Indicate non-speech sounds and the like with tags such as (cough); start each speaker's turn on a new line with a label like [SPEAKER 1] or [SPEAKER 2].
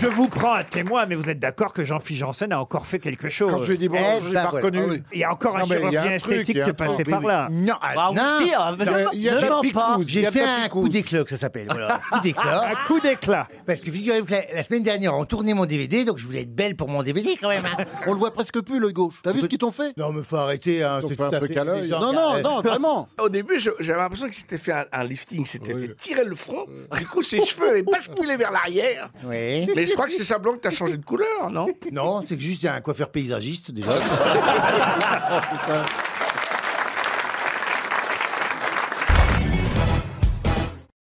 [SPEAKER 1] je vous prends à témoin, mais vous êtes d'accord que Jean-Philippe Janssen a encore fait quelque chose.
[SPEAKER 2] Quand je lui ai dit bonjour,
[SPEAKER 1] Eh,
[SPEAKER 2] je l'ai
[SPEAKER 1] ben
[SPEAKER 2] pas
[SPEAKER 1] voilà.
[SPEAKER 2] reconnu.
[SPEAKER 1] Ah oui. Il y a encore un
[SPEAKER 2] Non, mais il y a
[SPEAKER 1] chirurgien
[SPEAKER 2] un truc,
[SPEAKER 1] esthétique
[SPEAKER 2] il y a
[SPEAKER 1] qui est
[SPEAKER 2] un
[SPEAKER 1] passé
[SPEAKER 2] truc,
[SPEAKER 1] par
[SPEAKER 2] oui,
[SPEAKER 1] là.
[SPEAKER 3] Non,
[SPEAKER 2] Ah,
[SPEAKER 3] ah,
[SPEAKER 2] vous
[SPEAKER 3] non,
[SPEAKER 2] dire,
[SPEAKER 3] ne-
[SPEAKER 2] il y a- il y a
[SPEAKER 3] ne
[SPEAKER 2] de la
[SPEAKER 3] mens pas.
[SPEAKER 2] picouse, il y a
[SPEAKER 3] J'ai
[SPEAKER 2] de la
[SPEAKER 3] fait un
[SPEAKER 2] picouse.
[SPEAKER 3] coup d'éclat que ça s'appelle.
[SPEAKER 2] (laughs)
[SPEAKER 3] Voilà, coup d'éclat.
[SPEAKER 1] Un coup d'éclat.
[SPEAKER 3] Parce que figurez-vous que la, la semaine dernière, on tournait mon DVD, donc je voulais être belle pour mon DVD quand même. hein.
[SPEAKER 2] On le voit presque plus, l'œil gauche. T'as vu ce qu'ils t'ont fait
[SPEAKER 3] Non, mais faut arrêter. Hein,
[SPEAKER 2] Ils t'ont
[SPEAKER 3] c'est
[SPEAKER 2] fait un
[SPEAKER 3] tout à
[SPEAKER 2] truc
[SPEAKER 3] fait
[SPEAKER 2] à l'œil.
[SPEAKER 3] des gens
[SPEAKER 2] Non,
[SPEAKER 3] qui
[SPEAKER 2] non,
[SPEAKER 3] arrêtent.
[SPEAKER 2] non, vraiment.
[SPEAKER 4] Au début, je- j'avais l'impression que c'était fait un, un lifting, c'était fait tirer le front. Du coup, ses cheveux est basculé vers l'arrière.
[SPEAKER 3] Oui.
[SPEAKER 4] Mais je crois que c'est simplement que t'as changé de couleur, non
[SPEAKER 3] Non, c'est que juste il y a un coiffeur paysagiste déjà.